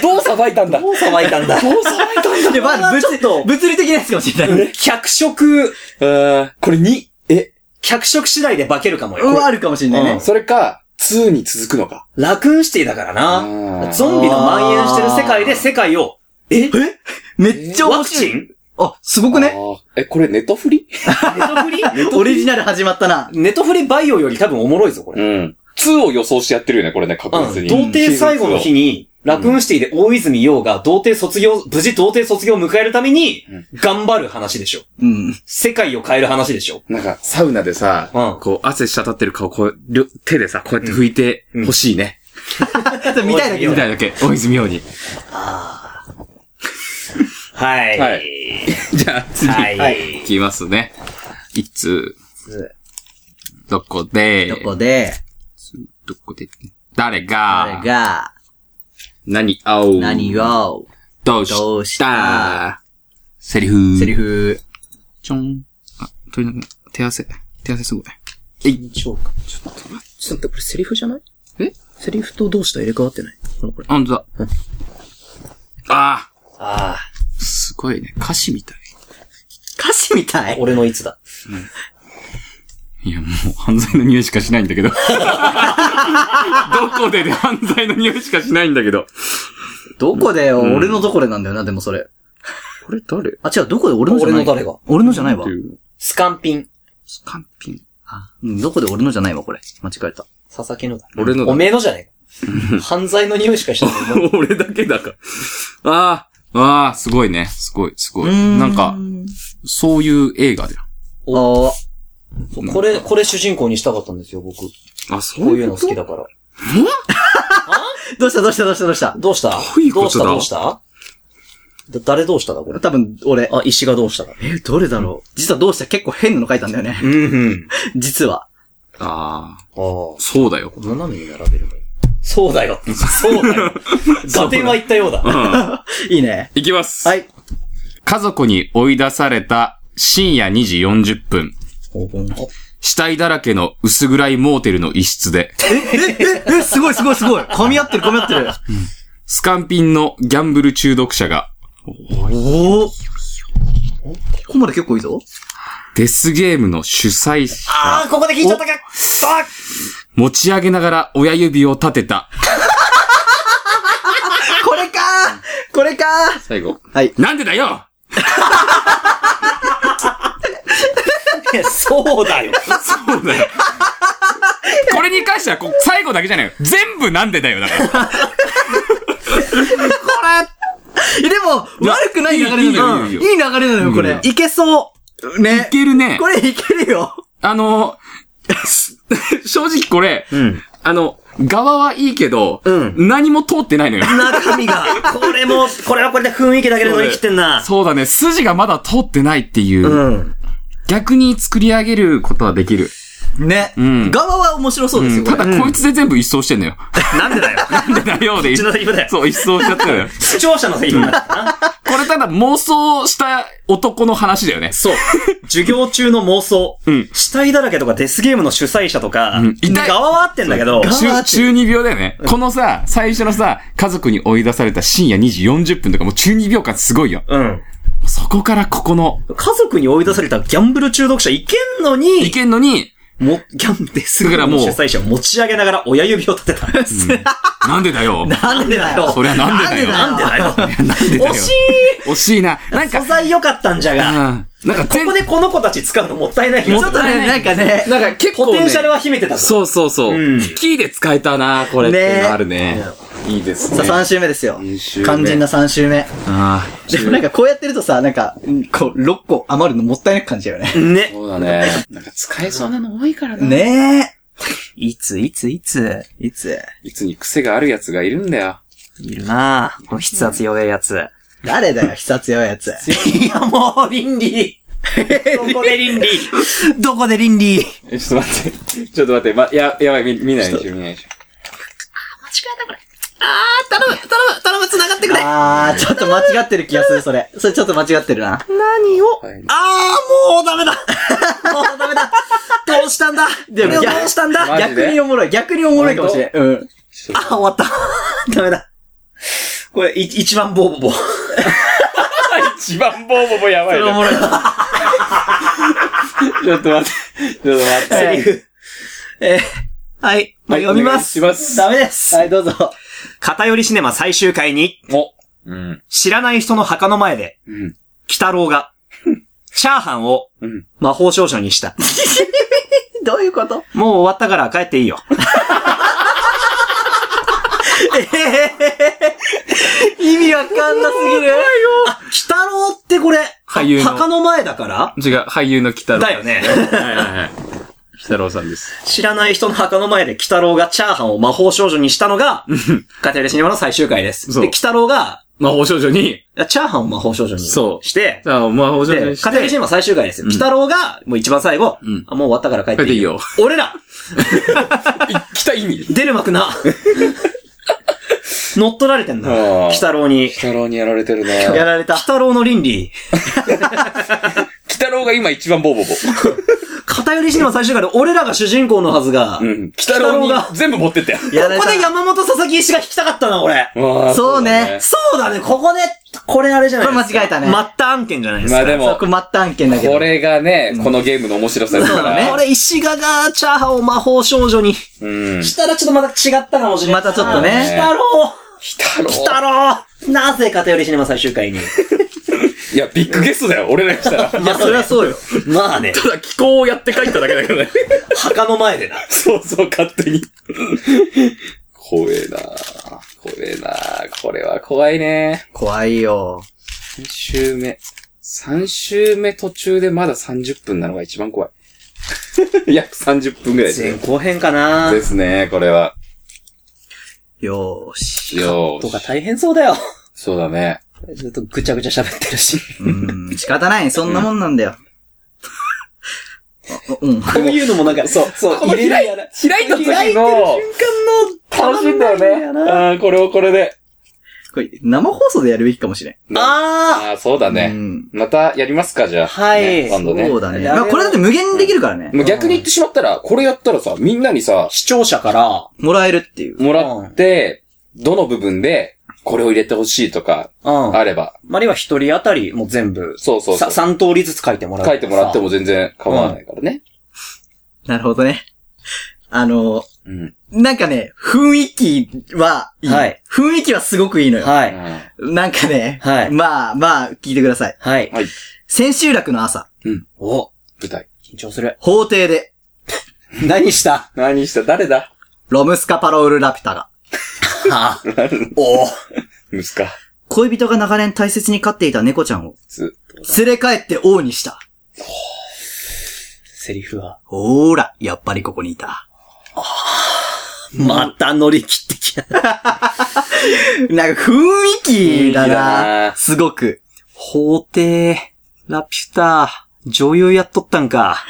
Speaker 1: どうさばいたんだ
Speaker 3: どうさばいたんだ
Speaker 1: どうさばいたんだ
Speaker 2: いや、まだ
Speaker 3: ちょっと
Speaker 2: 物物理的なやつかもしれない。
Speaker 3: 脚色、
Speaker 1: うん。これ2、え、
Speaker 3: 脚色次第で化けるかも
Speaker 2: う
Speaker 3: よ。
Speaker 2: ん、あるかもしれないね。
Speaker 1: それか、2に続くのか。
Speaker 3: ラクーンシティだから
Speaker 1: う
Speaker 3: な。
Speaker 1: ん
Speaker 3: ゾンビの蔓延してる世界で世界を、え
Speaker 2: めっちゃ
Speaker 3: ワ
Speaker 2: 面
Speaker 3: ク
Speaker 2: 白い。
Speaker 3: チン
Speaker 2: あ、すごくね。
Speaker 1: あーえ、これネトフリ
Speaker 3: ネトフリ
Speaker 2: オリジナル始まったな。
Speaker 3: ネトフリバイオより多分おもろいぞ、これ。
Speaker 1: うん。2を予想してやってるよね、これね、確
Speaker 3: うん
Speaker 1: 実に。
Speaker 3: 童貞最後の日に、ラクーンシティで大泉洋が童貞卒業、無事童貞卒業を迎えるために
Speaker 1: うん、
Speaker 3: 頑張る話でしょ。
Speaker 2: うん。
Speaker 3: 世界を変える話でしょ。
Speaker 1: なんか、サウナでさ、
Speaker 3: うん。
Speaker 5: こう、汗したたってる顔、こう、りょ手でさ、こうやって拭いて
Speaker 3: うん
Speaker 5: 欲しいね。
Speaker 2: 見たいだけ
Speaker 1: みたいだけ、大泉洋に。
Speaker 3: はい。
Speaker 1: はいじゃあ次、
Speaker 3: はい
Speaker 1: いきますね。一通。どこで、
Speaker 2: どこで、
Speaker 1: どこで、誰
Speaker 2: 誰
Speaker 1: が、
Speaker 2: が、
Speaker 1: 何を、
Speaker 2: 何を、
Speaker 1: どう
Speaker 2: どう
Speaker 1: し、
Speaker 2: した
Speaker 1: セリフ、
Speaker 2: セリフ、
Speaker 1: ちょん。あ、とりあえず、手汗、手汗すごい。えい、
Speaker 6: ちょっと待って、これセリフじゃない
Speaker 1: え
Speaker 6: セリフと動詞と入れ替わってないほら、これ。
Speaker 1: ほんとだ。ああ、
Speaker 3: あ
Speaker 1: すごいね。歌詞みたい。
Speaker 2: 歌詞みた
Speaker 3: あ、
Speaker 2: い
Speaker 3: 俺のいつだ。
Speaker 1: いや、もう犯罪の匂いしかしないんだけど。どこでで犯罪の匂いしかしないんだけど。
Speaker 2: どこでよ、
Speaker 1: うん
Speaker 2: 俺のどこでなんだよな、でもそれ。
Speaker 1: これ誰
Speaker 2: あ、違う、どこで俺のじゃな
Speaker 3: 俺
Speaker 2: い
Speaker 3: の誰が
Speaker 2: 俺のじゃないわ
Speaker 1: って。いう。
Speaker 3: スカンピン。
Speaker 1: スカンピン。
Speaker 2: うん、どこで俺のじゃないわ、これ。間違えた。
Speaker 3: 佐々木のだ。
Speaker 1: 俺のだ
Speaker 3: おめえのじゃねえか。犯罪の匂いしかし てない。
Speaker 1: 俺だけだから。ああ、ああ、すごいね。すごい、すごい。なんか、そういう映画だよ。
Speaker 2: おー
Speaker 3: そうこれ、これ主人公にしたかったんですよ、僕。こ
Speaker 1: あ、そうう
Speaker 3: い
Speaker 1: いうう
Speaker 3: の
Speaker 1: の
Speaker 3: 好きだから。
Speaker 2: どうしたどうしたどうしたどうした
Speaker 3: どうした
Speaker 1: ういうこ
Speaker 3: どうし
Speaker 1: と
Speaker 3: た
Speaker 1: だ
Speaker 3: どうしただ誰どうしただ、これ。
Speaker 2: 多分、俺。
Speaker 3: あ、石がどうしただ。
Speaker 2: え、どれだろう実はどうした結構変なの書いたんだよね。
Speaker 3: うんうん。
Speaker 2: 実は。
Speaker 1: ああ、
Speaker 3: ああ。
Speaker 1: そうだよ。
Speaker 3: 斜めに並べればいい。そうだよ。そうだ よ。ガ テンは言ったようだ。
Speaker 2: いいね。
Speaker 1: いきます。
Speaker 2: はい。
Speaker 1: 家族に追い出された深夜2時40分。死体だらけの薄暗いモーテルの一室で、
Speaker 2: え、え、すごいすごいすごい。噛み合ってる噛み合ってる。
Speaker 1: スカンピンのギャンブル中毒者が、
Speaker 2: おお。ここまで結構いいぞ。
Speaker 1: デスゲームの主催者、
Speaker 3: ああ、ここで聞いちゃったかあ
Speaker 1: 持ち上げながら親指を立てた。
Speaker 2: これかーこれか
Speaker 1: 最後。
Speaker 2: はい
Speaker 1: なんでだよ
Speaker 3: いやそうだよ。
Speaker 1: そうだよ。これに関してはこう、最後だけじゃないよ。全部なんでだよ、 だから。
Speaker 2: ーでも、悪くない流れなのよ。
Speaker 1: いい
Speaker 2: いい
Speaker 1: よ
Speaker 2: 流
Speaker 1: いい
Speaker 2: れなのよ、これ。いけそう。ね
Speaker 1: い。けるね
Speaker 2: こ。れいけるよ。
Speaker 1: あの ー、正直これ、
Speaker 3: うん。
Speaker 1: あの、側はいいけど、
Speaker 3: うん
Speaker 1: 何も通ってないの よ。
Speaker 2: 中身が。
Speaker 3: これも、これはこれで雰囲気だけで乗り切ってんな。
Speaker 1: そうだね、筋がまだ通ってないっていう、
Speaker 3: うん。
Speaker 1: 逆に作り上げることはできる。
Speaker 2: ね。
Speaker 1: ん
Speaker 2: 側は面白そうですよ、こ
Speaker 1: た
Speaker 2: れ。
Speaker 1: だ、こいつで全部一掃してんのよ。
Speaker 3: なんでだよ。
Speaker 1: なんでだよで
Speaker 3: うちのセリフだよ
Speaker 1: そう、一掃しちゃったのよ。
Speaker 3: 視聴者のセリフだったな。
Speaker 1: これただ妄想した男の話だよね。
Speaker 3: そう。授業中の妄想。
Speaker 1: うん
Speaker 3: 死体だらけとかデスゲームの主催者とか、
Speaker 1: うん痛い
Speaker 3: 側は合ってんだけど、
Speaker 2: そう
Speaker 1: 中、中二病だよね。このさ、最初のさ、家族に追い出された深夜2時40分とかもう中二病感すごいよ。
Speaker 3: うん。
Speaker 1: そこからここの、
Speaker 3: 家族に追い出されたギャンブル中毒者いけんのに、
Speaker 1: いけんのに、
Speaker 3: も、ギャンデスゲームの主催者を持ち上げながら親指を立てた。
Speaker 1: なんでだよ。
Speaker 2: なんでだよ。
Speaker 1: そりゃなんでだよ。
Speaker 2: なんでだよ。
Speaker 1: なんでだよ
Speaker 3: 惜し
Speaker 1: 惜しいな。なん
Speaker 3: い
Speaker 1: か
Speaker 3: 素、材良かったんじゃ
Speaker 1: う
Speaker 3: が、
Speaker 1: んなんか
Speaker 3: こ
Speaker 1: 全
Speaker 3: こでこの子たち使うのもったいない気
Speaker 2: ち
Speaker 3: も
Speaker 2: ょっとね、なんかね。
Speaker 1: なんか結構、
Speaker 3: ポ
Speaker 1: ね、
Speaker 3: テンシャルは秘めてたぞ。
Speaker 1: そうそうそう。
Speaker 3: うん
Speaker 1: キーで使えたな、これっていうのあるね。いいです
Speaker 2: さ
Speaker 1: ね。
Speaker 2: あ、3週目ですよ
Speaker 1: 週。目
Speaker 2: 肝心な3週目。
Speaker 1: あ
Speaker 2: でもなんかこうやってるとさ、なんか、こう、6個余るのもったいなく感じだよね。
Speaker 1: あ、
Speaker 3: ね。
Speaker 1: そうだね。なんか使えそうなの多いからね。
Speaker 2: ねえ。いつ、いつ、いつ、いつ。
Speaker 1: いつに癖があるやつがいるんだよ。
Speaker 3: いるなぁ。この筆圧弱いやつ。
Speaker 2: 誰だよ、必殺弱いやつ。
Speaker 3: いや、もう、倫理。 どこで倫理
Speaker 2: どこで倫理
Speaker 1: え、ちょっと待って。ちょっと待って。ま、や、やばい、見見ないでしょ、見ないでしょ。
Speaker 2: あー、ちょっと間違ってる気がする、それ。それちょっと間違ってるな。
Speaker 3: あー、もうダ メだもうダメだどうしたんだ
Speaker 2: でも
Speaker 3: これをどうしたんだ
Speaker 1: マジで
Speaker 2: 逆におもろい、逆におもろいかもしれん。うん。
Speaker 1: ちょっ
Speaker 3: あ、終わった。 ダメだ。これ、い一番ボーボボ。
Speaker 1: と一番ボーボボやばいな。
Speaker 2: ろい。
Speaker 1: ちょっと待って。ちょっと待って。
Speaker 2: セ
Speaker 3: セリ
Speaker 2: リフ。
Speaker 3: フ。えーはい、
Speaker 1: はい
Speaker 3: 読みま
Speaker 1: お
Speaker 3: す。
Speaker 1: 願いします
Speaker 3: ダメです。
Speaker 2: はい、どうぞ。
Speaker 3: 偏りシネマ最終回に、
Speaker 1: お。うん。
Speaker 3: 知らない人の墓の前で、
Speaker 1: うん。
Speaker 3: 鬼太郎が、チャーハンを
Speaker 1: うん。
Speaker 3: 魔法少女にした。
Speaker 2: どういうこと
Speaker 3: もう終わったから帰っていいよ。
Speaker 2: 意味わかんなすぎる。
Speaker 3: あ、鬼太郎ってこれ、
Speaker 1: 俳優の
Speaker 3: 墓の前だから
Speaker 1: 違う、俳優の北
Speaker 3: だよね。
Speaker 1: はいはいはい。鬼太郎さんです。
Speaker 3: 知らない人の墓の前で、鬼太郎がチャーハンを魔法少女にしたのが、カテレシニマの最終回です。
Speaker 1: そう
Speaker 3: で、鬼太郎が、
Speaker 1: 魔法少女に、
Speaker 3: チャーハンを魔法少女に
Speaker 1: そう
Speaker 3: して、
Speaker 1: あ魔法少女
Speaker 3: で、
Speaker 1: にし
Speaker 3: カテレシ
Speaker 1: て、
Speaker 3: ニマ最終回ですよ。鬼太郎が、もう一番最後、
Speaker 1: うん
Speaker 3: あもう終わったから帰っていいよ。俺ら
Speaker 4: 来た意味。
Speaker 3: 出る幕 な乗っ取られてんだ。
Speaker 4: ああ
Speaker 3: 鬼太郎に。
Speaker 4: 北郎にやられてるな
Speaker 3: やられた。鬼太郎の倫理。
Speaker 4: 北郎が今一番ボーボーボー。
Speaker 3: 偏りシネマ最終回で俺らが主人公のはずが、
Speaker 4: うん。北郎に
Speaker 3: 鬼太郎が
Speaker 4: 全部持ってったよ。
Speaker 2: やられ
Speaker 3: ここ
Speaker 2: た
Speaker 3: で山本佐々木石が引きたかったな、俺。
Speaker 4: あー
Speaker 2: そうね。
Speaker 3: そうだね、ここで、これあれじゃないですか。
Speaker 2: これ間違えたね
Speaker 3: 末端案件じゃないですか。
Speaker 4: まあでも
Speaker 2: そこ末端案件だけど。
Speaker 4: これがね、このゲームの面白さだから。
Speaker 3: これ石賀がチャーハンを魔法少女にし
Speaker 4: うん。
Speaker 3: たらちょっとまた違ったかもしれない。
Speaker 2: またちょっとね
Speaker 3: 鬼太郎
Speaker 4: 北郎
Speaker 3: 鬼太郎なぜ片寄りシネマ最終回に。
Speaker 4: いや、ビッグゲストだよ、俺らにしたら。
Speaker 3: まあそれはそうよ。まあね、
Speaker 1: ただ気候をやって帰っただけだけどね。
Speaker 3: 墓の前でな。
Speaker 4: そうそう、勝手に。怖えな怖えなこれは怖いね
Speaker 2: 怖いよ。
Speaker 4: 3週目。3週目途中でまだ30分なのが一番怖い。 約30分ぐらい
Speaker 3: 前
Speaker 4: で
Speaker 3: 後編かな
Speaker 4: ですね、これは。
Speaker 2: よーし。
Speaker 4: よ
Speaker 3: と
Speaker 4: ー
Speaker 3: か
Speaker 4: し。
Speaker 3: 大変そうだよ。
Speaker 4: そうだね。
Speaker 3: ずっとぐちゃぐちゃ喋ってるし。
Speaker 2: うん、仕方ない。そんなもんなんだよ。あ うん。
Speaker 3: こういうのもなんか、そう、そう、
Speaker 4: この
Speaker 3: 入れ
Speaker 4: 開い
Speaker 3: ながら
Speaker 4: 開いた時の
Speaker 3: 開いてる瞬間の、
Speaker 4: 楽しいんだよね。
Speaker 3: ね。
Speaker 4: うん、これをこれで。
Speaker 2: これ、生放送でやるべきかもしれん。
Speaker 3: あ
Speaker 4: ああ、そうだ
Speaker 2: う
Speaker 4: ね。
Speaker 2: ん。
Speaker 4: またやりますか、じゃあ。
Speaker 3: はい
Speaker 4: ね今度ね。
Speaker 2: そうだね。
Speaker 3: やめろ
Speaker 2: まあ、これだって無限にできるからね。
Speaker 4: もう逆に言ってしまったら、これやったらさ、みんなにさ
Speaker 3: ー、視聴者から、
Speaker 2: もらえるっていう。
Speaker 4: もらって、どの部分で、これを入れてほしいとか、
Speaker 3: うん。
Speaker 4: あれば、
Speaker 3: まあ、あるいは一人当たりもう全部、
Speaker 4: そうそうそう
Speaker 3: さ三通りずつ書いてもらう。
Speaker 4: 書いてもらって。も全然構わないからね。
Speaker 2: なるほどね。あの、
Speaker 4: うん。
Speaker 2: なんかね、雰囲気はいい。
Speaker 3: はい
Speaker 2: 雰囲気はすごくいいのよ。
Speaker 3: は
Speaker 4: う
Speaker 3: い。
Speaker 4: ん
Speaker 2: なんかね、
Speaker 3: はい
Speaker 2: まあまあ、聞いてください。
Speaker 3: はい。
Speaker 4: はい。
Speaker 2: 千秋楽の朝、
Speaker 3: お、
Speaker 4: 舞台。
Speaker 3: 緊張する。
Speaker 2: 法廷 で、
Speaker 3: 何した
Speaker 4: 何した誰だ
Speaker 2: ロムスカパロウルラピュタが、
Speaker 3: あお
Speaker 4: 息子。
Speaker 2: 恋人が長年大切に飼っていた猫ちゃんを、
Speaker 4: つ。
Speaker 2: 連れ帰って王にした。
Speaker 3: セリフは。
Speaker 2: ほーら、やっぱりここにいた。
Speaker 3: また乗り切ってきた。
Speaker 2: なんか雰囲気だ
Speaker 4: 雰囲気だ
Speaker 2: な
Speaker 4: な
Speaker 2: すごく。
Speaker 3: 法廷、ラピュタ、女優やっとったん か。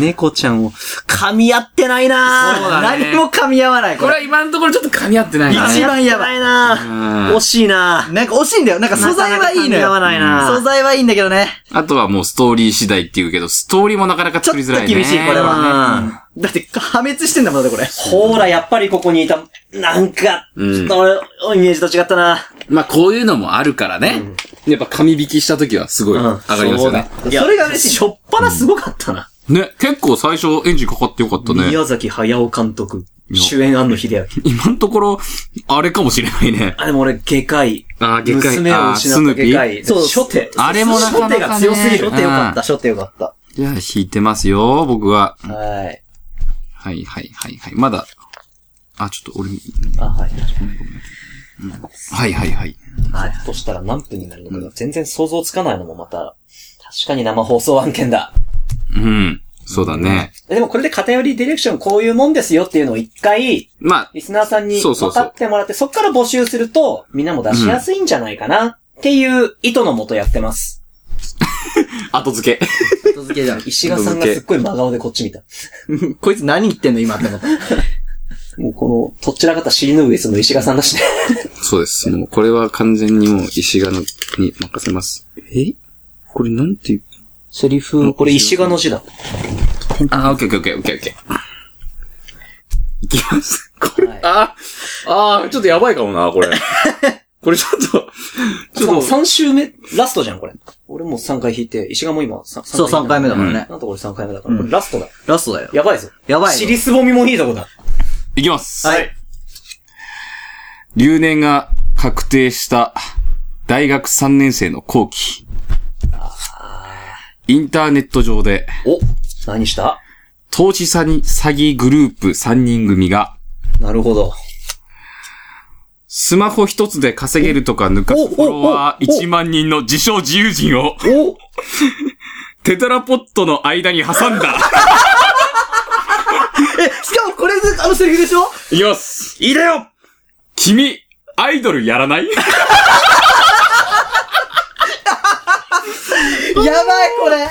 Speaker 3: 猫ちゃんを、噛み合ってないな
Speaker 1: そうだね
Speaker 2: 何も噛み合わない、こ
Speaker 1: これ
Speaker 2: れ。
Speaker 1: は今のところちょっと噛み合ってないな。
Speaker 2: 一番やばい。
Speaker 3: いな
Speaker 1: うん
Speaker 3: 惜しいな
Speaker 2: なんか惜しいんだよ。なんか素材はい
Speaker 3: なかなか
Speaker 2: いの
Speaker 3: 噛み合
Speaker 2: よ
Speaker 3: わ。ないな
Speaker 2: 素材はいいんだけどね。
Speaker 1: あとはもうストーリー次第って言うけど、ストーリーもなかなか
Speaker 2: ちょ
Speaker 1: 作
Speaker 2: っ
Speaker 1: りづ
Speaker 2: と
Speaker 1: らいね。
Speaker 2: 厳しい、これは。
Speaker 3: う
Speaker 2: うんんだって、破滅してんだもんだって、これ。
Speaker 3: ほーら、やっぱりここにいた、なんか、
Speaker 1: うん
Speaker 3: ちょっと俺、イメージと違ったな。
Speaker 1: まあこういうのもあるからね。やっぱ紙引きした時はすごい上がりますよね。
Speaker 3: いや
Speaker 2: それが嬉しい
Speaker 3: しょっぱなすごかったな。
Speaker 1: ね、結構最初エンジンかかってよかったね。
Speaker 3: 宮崎駿監督、
Speaker 1: や
Speaker 3: 主演庵野秀明。
Speaker 1: 今のところ、あれかもしれないね。
Speaker 3: あ、でも俺、外科医。
Speaker 1: あー外科医
Speaker 3: 娘を失
Speaker 1: あースヌ
Speaker 3: っ
Speaker 1: ー
Speaker 3: た
Speaker 1: ピ
Speaker 3: 外
Speaker 1: ー
Speaker 3: 科医。
Speaker 2: そう
Speaker 3: 初手。
Speaker 1: あれもなかなかね
Speaker 3: 初手が強すぎる。
Speaker 2: 初手よかった、初手よかった。
Speaker 1: じゃあ引いてますよ、僕は。
Speaker 3: はい。
Speaker 1: はいはいはいはい。まだ、あ、ちょっと俺、
Speaker 3: あ、はい。
Speaker 1: はいはいはい。
Speaker 2: はい。
Speaker 3: としたら何分になるのかが全然想像つかないのもまた、確かに生放送案件だ。
Speaker 1: うん。そうだね。
Speaker 3: えでもこれで偏りディレクションこういうもんですよっていうのを一回、
Speaker 1: まあ、
Speaker 3: リスナーさんに
Speaker 1: そうそ
Speaker 3: 分
Speaker 1: うそう
Speaker 3: かってもらって、そっから募集すると、みんなも出しやすいんじゃないかな、っていう意図のもとやってます。
Speaker 1: 後付け。
Speaker 2: 後付けじゃん。
Speaker 3: 石賀さんがすっごい真顔でこっち見た。
Speaker 2: こいつ何言ってんの、今って思った。
Speaker 3: もうこの、とっちらかった尻の上その石賀さんだ しね。
Speaker 1: そうです。もうこれは完全にもう石がのに任せます。えこれなんていう
Speaker 3: セリフ、これ石賀の字だ。
Speaker 1: あ、オッケーオッケーオッケーオッケー。いきます。これ、
Speaker 3: はい
Speaker 1: あ、あー、ちょっとやばいかもな、これ。これちょっと、ちょっと、
Speaker 3: 3週目、ラストじゃん、これ。俺もう3回引いて、石賀も今さ
Speaker 2: そう、3回目だからね。
Speaker 3: なんとこれ3回目だから、
Speaker 2: うん
Speaker 3: これラストだ。
Speaker 2: ラストだよ。
Speaker 3: やばいぞ。
Speaker 2: やばいよ。
Speaker 3: 尻すぼみもいいとこだ。
Speaker 1: いきます。
Speaker 2: はい。
Speaker 1: 留年が確定した大学3年生の後期。インターネット上で、
Speaker 3: お何した
Speaker 1: 投資詐欺詐欺グループ3人組が、
Speaker 3: なるほど。
Speaker 1: スマホ一つで稼げるとか抜かすフォロワー1万人の自称自由人を、
Speaker 3: お
Speaker 1: テトラポットの間に挟んだ。
Speaker 2: え、しかもこれであのセリフでしょ
Speaker 1: いきます。
Speaker 3: いいだよ
Speaker 1: 君、アイドルやらない
Speaker 2: やばい、これ。い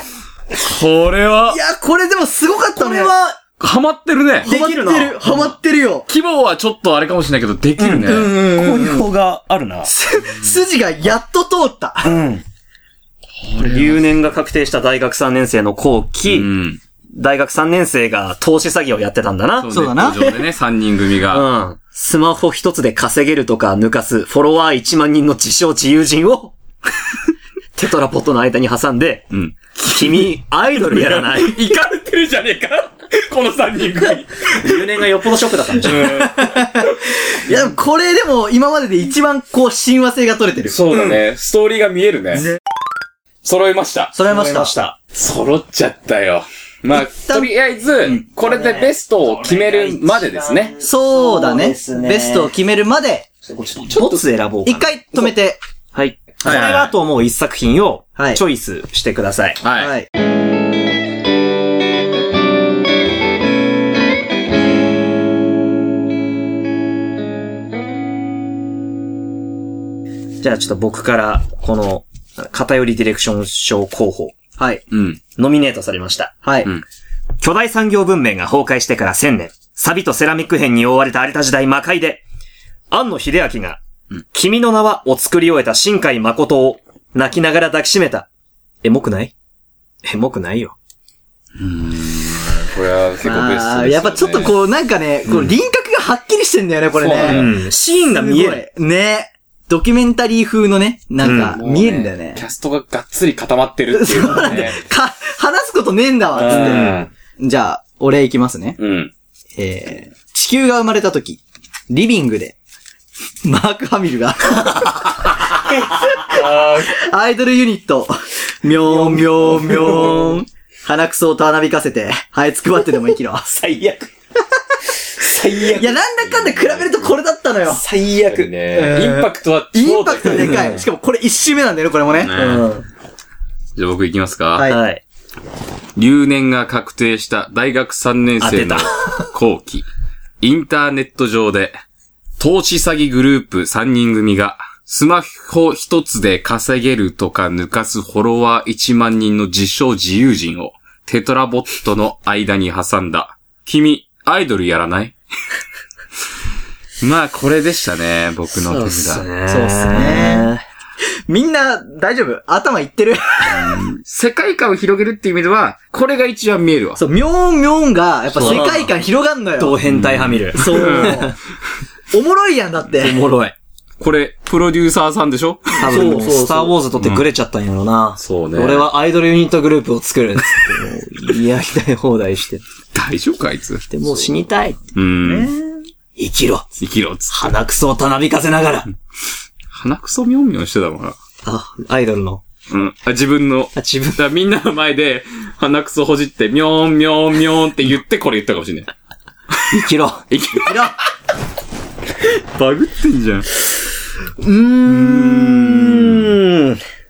Speaker 1: これは、
Speaker 2: や、これでもすごかったね。
Speaker 3: これ
Speaker 2: は、
Speaker 1: ハマってるね。
Speaker 3: できるな
Speaker 2: ハマってる、ハマってるよ。
Speaker 1: 規模はちょっとあれかもしれないけど、できるね。
Speaker 3: こういう方があるな。
Speaker 2: 筋がやっと通った。
Speaker 3: うん。留年が確定した大学3年生の後期、
Speaker 1: うん。
Speaker 3: 大学3年生が投資詐欺をやってたんだな。
Speaker 1: ね
Speaker 2: そうだな
Speaker 1: 路上でね、3人組が。
Speaker 3: うん。スマホ一つで稼げるとか抜かす、フォロワー1万人の自称自友人 を、テトラポットの間に挟んで、
Speaker 1: うん。
Speaker 3: 君、アイドルやらない。
Speaker 1: いかれてるじゃねえかこの3人 組。
Speaker 3: 留年がよっぽどショックだったんでしょ。
Speaker 2: いや、でもこれでも今までで一番こう、親和性が取れてる。
Speaker 4: そうだね。ストーリーが見えるね。揃いました。
Speaker 2: 揃えまし
Speaker 3: 思い
Speaker 2: た
Speaker 3: ま。した。
Speaker 4: 揃っちゃったよ。まあ、
Speaker 2: 旦
Speaker 4: とりあえず、これでベストを決めるまでですね。
Speaker 2: そうだね。ベ
Speaker 3: そうですね
Speaker 2: ストを決めるまで、
Speaker 3: ボツ選ぼうか
Speaker 2: 一
Speaker 3: な。
Speaker 2: 回止めて。
Speaker 3: はい。こ
Speaker 1: はい
Speaker 3: れだと思う一作品を
Speaker 2: はい
Speaker 3: チョイスしてください。
Speaker 1: はい。
Speaker 2: はい。
Speaker 3: じゃあちょっと僕から、この、偏りディレクション賞候補、
Speaker 2: はい。
Speaker 1: うん。
Speaker 3: ノミネートされました。
Speaker 2: はい
Speaker 1: うん。
Speaker 3: 巨大産業文明が崩壊してから1000年、サビとセラミック片に覆われた荒れた時代魔界で、庵野秀明が、君の名はを作り終えた新海誠を泣きながら抱きしめた。エモくないエモくないよ。
Speaker 4: これは結構ベストです
Speaker 2: あ
Speaker 4: よ
Speaker 2: ー
Speaker 4: ね。
Speaker 2: やっぱちょっとこう、なんかね、こう輪郭がはっきりしてんだよね、これ
Speaker 4: そうな
Speaker 2: ね。
Speaker 3: うん。シーンが見える。
Speaker 2: すごいね。ドキュメンタリー風のね、なんか、
Speaker 4: もうね
Speaker 2: 見えるんだよね
Speaker 4: キ。ャストががっつり固まってるってい
Speaker 2: そう
Speaker 4: うの
Speaker 2: な
Speaker 4: が
Speaker 2: んだ
Speaker 4: ね
Speaker 2: よ。。か、話すことねえんだわ、つって。じゃあ、お礼いきますね。
Speaker 4: うん。うん。
Speaker 2: えー、地球が生まれた時、リビングで、マーク・ハミルが、アイドルユニット、みょんみょんみょん、鼻くそをたなびかせて、はいつくばってでも生きろ。
Speaker 3: 最悪。最
Speaker 2: い。や、なんだかんだ比べるとこれだったのよ。
Speaker 3: 最
Speaker 4: やっぱり。ね、インパクトは、
Speaker 2: インパクトでかい。しかもこれ一周目なんだよね、これもね。
Speaker 3: うん。
Speaker 1: じゃあ僕行きますか。
Speaker 2: はい
Speaker 3: はい。
Speaker 1: 留年が確定した大学3年生の
Speaker 3: あ出
Speaker 1: 後期、インターネット上で、投資詐欺グループ3人組が、スマホ一つで稼げるとか抜かすフォロワー1万人の自称自由人を、テトラボットの間に挟んだ。君、アイドルやらない まあ、これでしたね、僕の手札。
Speaker 2: そうっすね。みんな、大丈夫頭いってる
Speaker 1: 世界観を広げるっていう意味では、これが一番見えるわ。
Speaker 2: そう、みょんみょんが、やっぱ世界観広がんのよ。
Speaker 3: 同変態ハミル。
Speaker 2: そう。おもろいやんだって。
Speaker 3: おもろい。
Speaker 1: これ、プロデューサーさんでしょ
Speaker 3: 多
Speaker 2: そ
Speaker 3: 分
Speaker 2: うそ
Speaker 3: も
Speaker 2: う
Speaker 3: う、
Speaker 2: そう
Speaker 3: スターウォーズ撮ってグレちゃったんやろな。
Speaker 1: そうね
Speaker 3: 俺はアイドルユニットグループを作るっつって。もう、やりたい放題して。
Speaker 1: 大丈夫か、あいつ。
Speaker 3: で、もう死にたい。
Speaker 1: うん。
Speaker 3: 生きろ。
Speaker 1: 生きろっつって。
Speaker 3: 鼻くそをたなびかせながら。
Speaker 1: 鼻くそみょんみょんしてたもんな。
Speaker 3: あ、アイドルの。
Speaker 1: うん。あ自分の。
Speaker 3: あ、自分
Speaker 1: だからみんなの前で、鼻くそほじって、みょんみょんみょんって言ってこれ言ったかもしれない。
Speaker 3: 生きろ。
Speaker 1: 生きろバグってんじゃん。
Speaker 3: うん。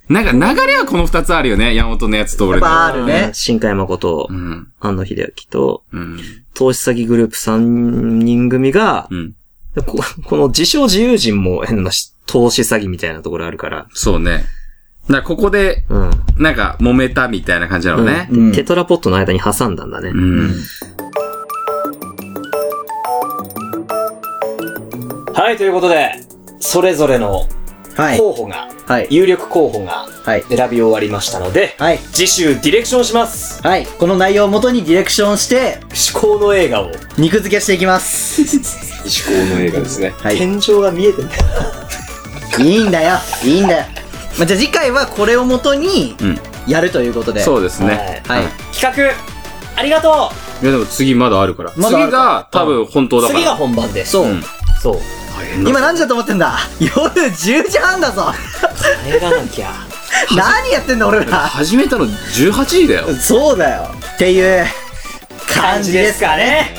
Speaker 1: なんか流れはこの二つあるよね。山本のやつと俺の。
Speaker 2: バールね。
Speaker 3: 新海誠
Speaker 1: う、ん。
Speaker 3: 安野秀明と、
Speaker 1: うん。
Speaker 3: 投資詐欺グループ3人組が
Speaker 1: う、ん。
Speaker 3: ここの自称自由人も変なし投資詐欺みたいなところあるから。
Speaker 1: そうね。だからここで、
Speaker 3: うん。
Speaker 1: なんか揉めたみたいな感じなのね。
Speaker 3: うんテトラポットの間に挟んだんだね。
Speaker 1: うん。
Speaker 3: はい、ということで、それぞれの
Speaker 2: はい。
Speaker 3: 候補が、
Speaker 2: はい。
Speaker 3: 有力候補が
Speaker 2: はい。
Speaker 3: 選び終わりましたので、
Speaker 2: はい。
Speaker 3: 次週ディレクションします
Speaker 2: はい。この内容をもとにディレクションして、
Speaker 3: 思考の映画を。
Speaker 2: 肉付けしていきます。
Speaker 4: 至高の映画ですね。
Speaker 2: はい。い
Speaker 3: 天井が見えてんだよ。
Speaker 2: いんだよ。いいんだよ。まあ、じゃあ次回はこれをもとに
Speaker 1: うん、
Speaker 2: やるということで。
Speaker 1: そうですね。
Speaker 2: はい。
Speaker 3: 企画、ありがとう
Speaker 1: いやでも次まだあるから。
Speaker 2: まだある
Speaker 1: 次が
Speaker 2: か
Speaker 1: 多分本当だから。
Speaker 3: 次が本番です。
Speaker 2: そう。
Speaker 1: うん
Speaker 3: そう。
Speaker 2: 今何時だと思ってんだ夜10時半だぞ
Speaker 3: 帰らなきゃ。
Speaker 2: 何やってんだ俺ら
Speaker 1: 始めたの18時だよ。
Speaker 2: そうだよっていう感
Speaker 3: 感
Speaker 2: じ
Speaker 3: じ
Speaker 2: で
Speaker 3: ですすかね。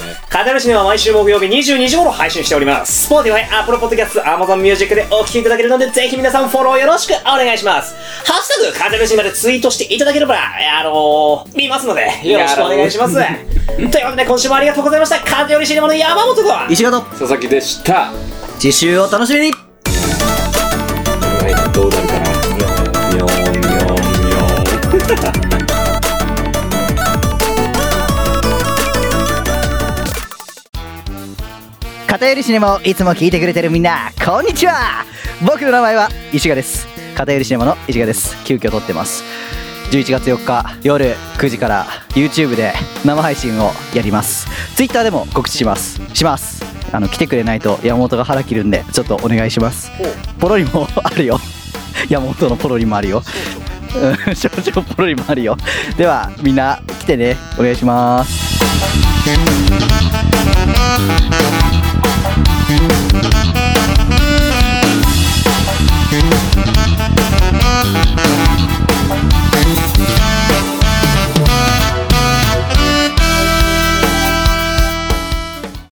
Speaker 3: 語るシネマは毎週木曜日22時頃配信しております。Spotify、Apple Podcast、Amazon Music でお聴きいただけるので、ぜひ皆さんフォローよろしくお願いします。ハッシュタグ、語るシネマでツイートしていただければ、あのー、見ますので、よろしくお願いします。ということで、今週もありがとうございました。語るシネマの山本君
Speaker 2: 石形、
Speaker 4: 佐々木でした。
Speaker 2: 次週を楽しみに
Speaker 4: はい、どうなるかな。にょんにょんにょん。
Speaker 2: 片寄りシネマをいつも聞いてくれてるみんなこんにちは僕の名前は石賀です片寄りシネマの石賀です急遽撮ってます11月4日夜9時から YouTube で生配信をやります Twitter でも告知しますしますあの来てくれないと山本が腹切るんでちょっとお願いしますポロリもあるよ山本のポロリもあるようん少々ポロリもあるよではみんな来てねお願いします